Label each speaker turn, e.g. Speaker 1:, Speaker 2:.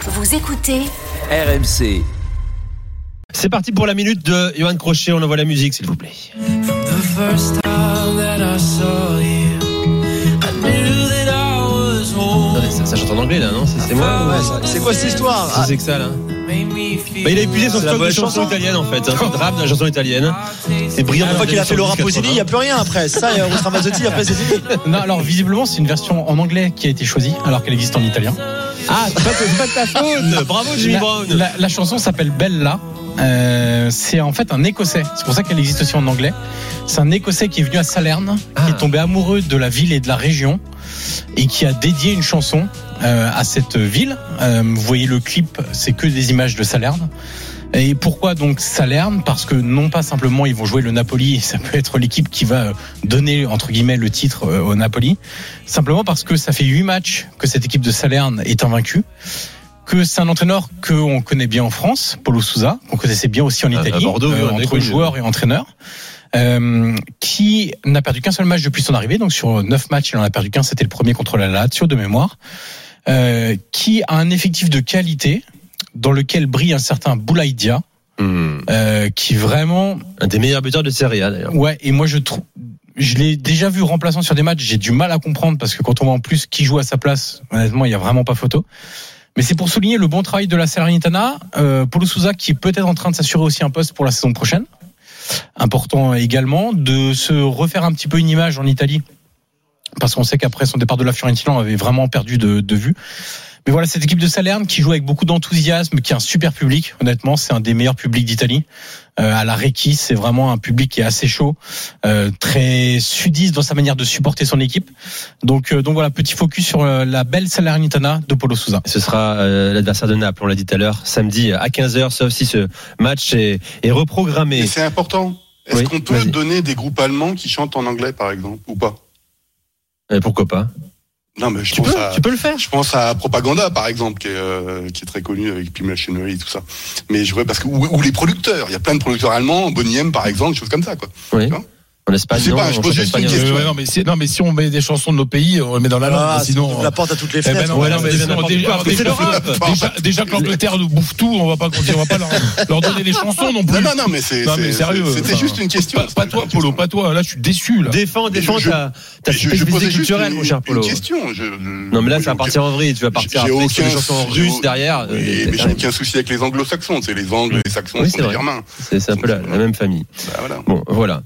Speaker 1: Vous écoutez
Speaker 2: RMC.
Speaker 3: C'est parti pour la minute de Johan Crochet. On envoie la musique, s'il vous plaît.
Speaker 4: The first time that I saw you, I knew that I was old.
Speaker 3: Attendez, ça, ça chante en anglais, là, non C'est c'est
Speaker 5: Ah,
Speaker 3: moi
Speaker 6: Ouais, ça- c'est quoi cette histoire Ah,
Speaker 3: Qu'est-ce que c'est que ça, là
Speaker 4: Made me
Speaker 3: Bah,
Speaker 4: feel
Speaker 3: Il a épuisé son
Speaker 6: C'est la
Speaker 3: stock de
Speaker 6: bonne
Speaker 3: chansons
Speaker 6: chanson.
Speaker 3: italiennes, en fait. hein. C'est un rap de la chanson italienne. C'est brillant.
Speaker 6: Une fois qu'il a fait Laura Pausini, il n'y
Speaker 3: 80.
Speaker 6: a plus rien après. Ça, et Roustra Mazzotti, après c'est fini.
Speaker 7: Non, alors visiblement, c'est une version en anglais qui a été choisie, alors qu'elle existe en italien.
Speaker 3: Ah, c'est pas, c'est pas de ta faute Ah, Bravo, Jimmy
Speaker 7: la,
Speaker 3: Brown
Speaker 7: la- la chanson s'appelle Bella. Euh, c'est en fait un Écossais. C'est pour ça qu'elle existe aussi en anglais. C'est un Écossais qui est venu à Salerne,
Speaker 3: Ah.
Speaker 7: qui est tombé amoureux de la ville et de la région, et qui a dédié une chanson euh, à cette ville. Euh, vous voyez le clip, c'est que des images de Salerne. Et pourquoi donc Salerne Parce que non pas simplement ils vont jouer le Napoli, ça peut être l'équipe qui va donner entre guillemets le titre euh, au Napoli, simplement parce que ça fait huit matchs que cette équipe de Salerne est invaincue, que c'est un entraîneur que on connaît bien en France, Paulo Sousa, qu'on connaissait bien aussi en
Speaker 3: à
Speaker 7: Italie, euh,
Speaker 3: Bordeaux, oui, on est
Speaker 7: entre
Speaker 3: connu.
Speaker 7: joueur et entraîneur. Euh, qui n'a perdu qu'un seul match depuis son arrivée, donc sur neuf matchs, il en a perdu qu'un, c'était le premier contre la Lazio de mémoire, euh, qui a un effectif de qualité, dans lequel brille un certain Boulaïdia,
Speaker 3: Hmm.
Speaker 7: euh, qui vraiment,
Speaker 3: Un des meilleurs buteurs de Serie A, d'ailleurs.
Speaker 7: ouais, et moi je trouve, je l'ai déjà vu remplaçant sur des matchs, j'ai du mal à comprendre parce que quand on voit en plus qui joue à sa place, honnêtement, il n'y a vraiment pas photo. Mais c'est pour souligner le bon travail de la Salernitana, euh, Paulo Souza qui est peut-être en train de s'assurer aussi un poste pour la saison prochaine. Important également de se refaire un petit peu une image en Italie, parce qu'on sait qu'après son départ de la Fiorentina, on avait vraiment perdu de, de vue. Mais voilà cette équipe de Salerne qui joue avec beaucoup d'enthousiasme, qui a un super public. Honnêtement, c'est un des meilleurs publics d'Italie. Euh, à la Reiki, c'est vraiment un public qui est assez chaud, euh, très sudiste dans sa manière de supporter son équipe. Donc, euh, donc voilà, petit focus sur euh, la belle Salernitana de Polo Souza.
Speaker 3: Ce sera euh, l'adversaire de Naples, on l'a dit tout à l'heure, samedi à 15h, sauf si ce match est, est
Speaker 5: Et
Speaker 3: reprogrammé.
Speaker 5: c'est important. Est-ce
Speaker 3: Oui,
Speaker 5: qu'on peut
Speaker 3: vas-y.
Speaker 5: donner des groupes allemands qui chantent en anglais, par exemple, ou pas
Speaker 3: Euh, Pourquoi pas
Speaker 5: Non, mais je
Speaker 3: tu
Speaker 5: pense
Speaker 3: peux,
Speaker 5: à.
Speaker 3: tu peux le faire.
Speaker 5: Je pense à Propaganda, par exemple, qui est, euh, qui est très connu avec Pim Machinery et tout ça. Mais je vois parce que ou, ou les producteurs, il y a plein de producteurs allemands, Boniem par exemple, des choses comme ça quoi.
Speaker 3: Oui.
Speaker 5: Non
Speaker 3: En Espagne,
Speaker 5: Je sais
Speaker 3: non,
Speaker 5: pas, je
Speaker 3: en
Speaker 5: pose
Speaker 3: chante
Speaker 5: juste une
Speaker 3: espagnol.
Speaker 5: question.
Speaker 8: Ouais, ouais, non, mais si, non, mais si on met des chansons de nos pays, on les met dans la
Speaker 7: Bah
Speaker 8: langue.
Speaker 6: Ah,
Speaker 8: sinon,
Speaker 6: on la porte à toutes les
Speaker 8: eh ben
Speaker 6: fenêtres.
Speaker 8: non,
Speaker 3: Ouais,
Speaker 8: voilà,
Speaker 3: non, mais
Speaker 8: mais
Speaker 3: c'est n'importe
Speaker 8: déjà-
Speaker 3: quoi, mais
Speaker 8: déjà-
Speaker 3: c'est l'Europe.
Speaker 8: déjà- Déjà que l'Angleterre nous bouffe tout, on va pas, continuer, on va pas leur, leur donner des chansons non plus.
Speaker 5: Non, non, non, mais c'est.
Speaker 8: Non, mais
Speaker 5: c'est-
Speaker 8: sérieux,
Speaker 5: c'est- C'était
Speaker 8: enfin,
Speaker 5: juste une question.
Speaker 8: Pas, pas toi, Polo, pas toi. Là, je suis déçu. Là.
Speaker 3: Défends, défends
Speaker 5: je-
Speaker 3: ta, ta
Speaker 5: Je- je, je
Speaker 3: spécificité
Speaker 5: posais juste
Speaker 3: culturelle,
Speaker 5: une,
Speaker 3: mon cher Polo.
Speaker 5: une question. Je,
Speaker 3: Non, mais là,
Speaker 5: ça
Speaker 3: ça va partir en vrille. Tu vas partir
Speaker 5: J'ai
Speaker 3: après sur des
Speaker 5: aucun-
Speaker 3: chansons
Speaker 5: j'ai
Speaker 3: russes
Speaker 5: au-
Speaker 3: derrière. euh,
Speaker 5: mais
Speaker 3: c'est-
Speaker 5: j'ai aucun souci avec les anglo-saxons, c'est les angles, les saxons
Speaker 3: Mm. Oui,
Speaker 5: sont
Speaker 3: c'est
Speaker 5: des
Speaker 3: vrai.
Speaker 5: germains.
Speaker 3: c'est c'est un peu la, la même famille.
Speaker 5: Bah, voilà.
Speaker 3: Bon, voilà.